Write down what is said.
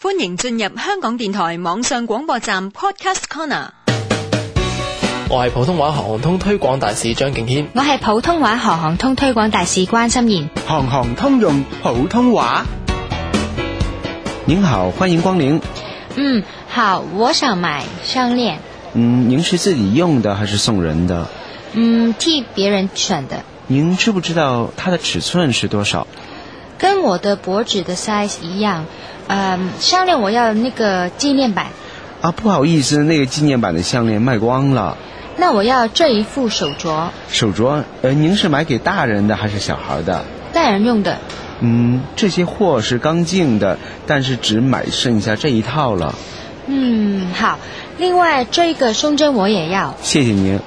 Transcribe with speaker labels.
Speaker 1: 歡迎進入香港電台網上廣播站 Podcast Corner。
Speaker 2: 我係普通話行通推廣大使張敬軒。
Speaker 3: 我係普通話行行通推廣大使關心妍。
Speaker 4: 行行通用普通話。您好，欢迎光临。
Speaker 3: 嗯，好，我想買项鏈，
Speaker 4: 嗯，您是自己用的还是送人的？
Speaker 3: 嗯，替別人選的，
Speaker 4: 您知不知道它的尺寸是多少？
Speaker 3: 跟我的脖子的 size 一樣。嗯，项鏈我要那個紀念版，
Speaker 4: 啊，不好意思，那个纪念版的项链卖光了。
Speaker 3: 那我要這一副手鐲，
Speaker 4: 手镯，呃，您是买给大人的还是小孩的？
Speaker 3: 大人用的。
Speaker 4: 嗯，这些货是刚进的，但是只买剩下这一套了。
Speaker 3: 嗯，好。另外，這個胸針我也要。
Speaker 4: 谢谢您。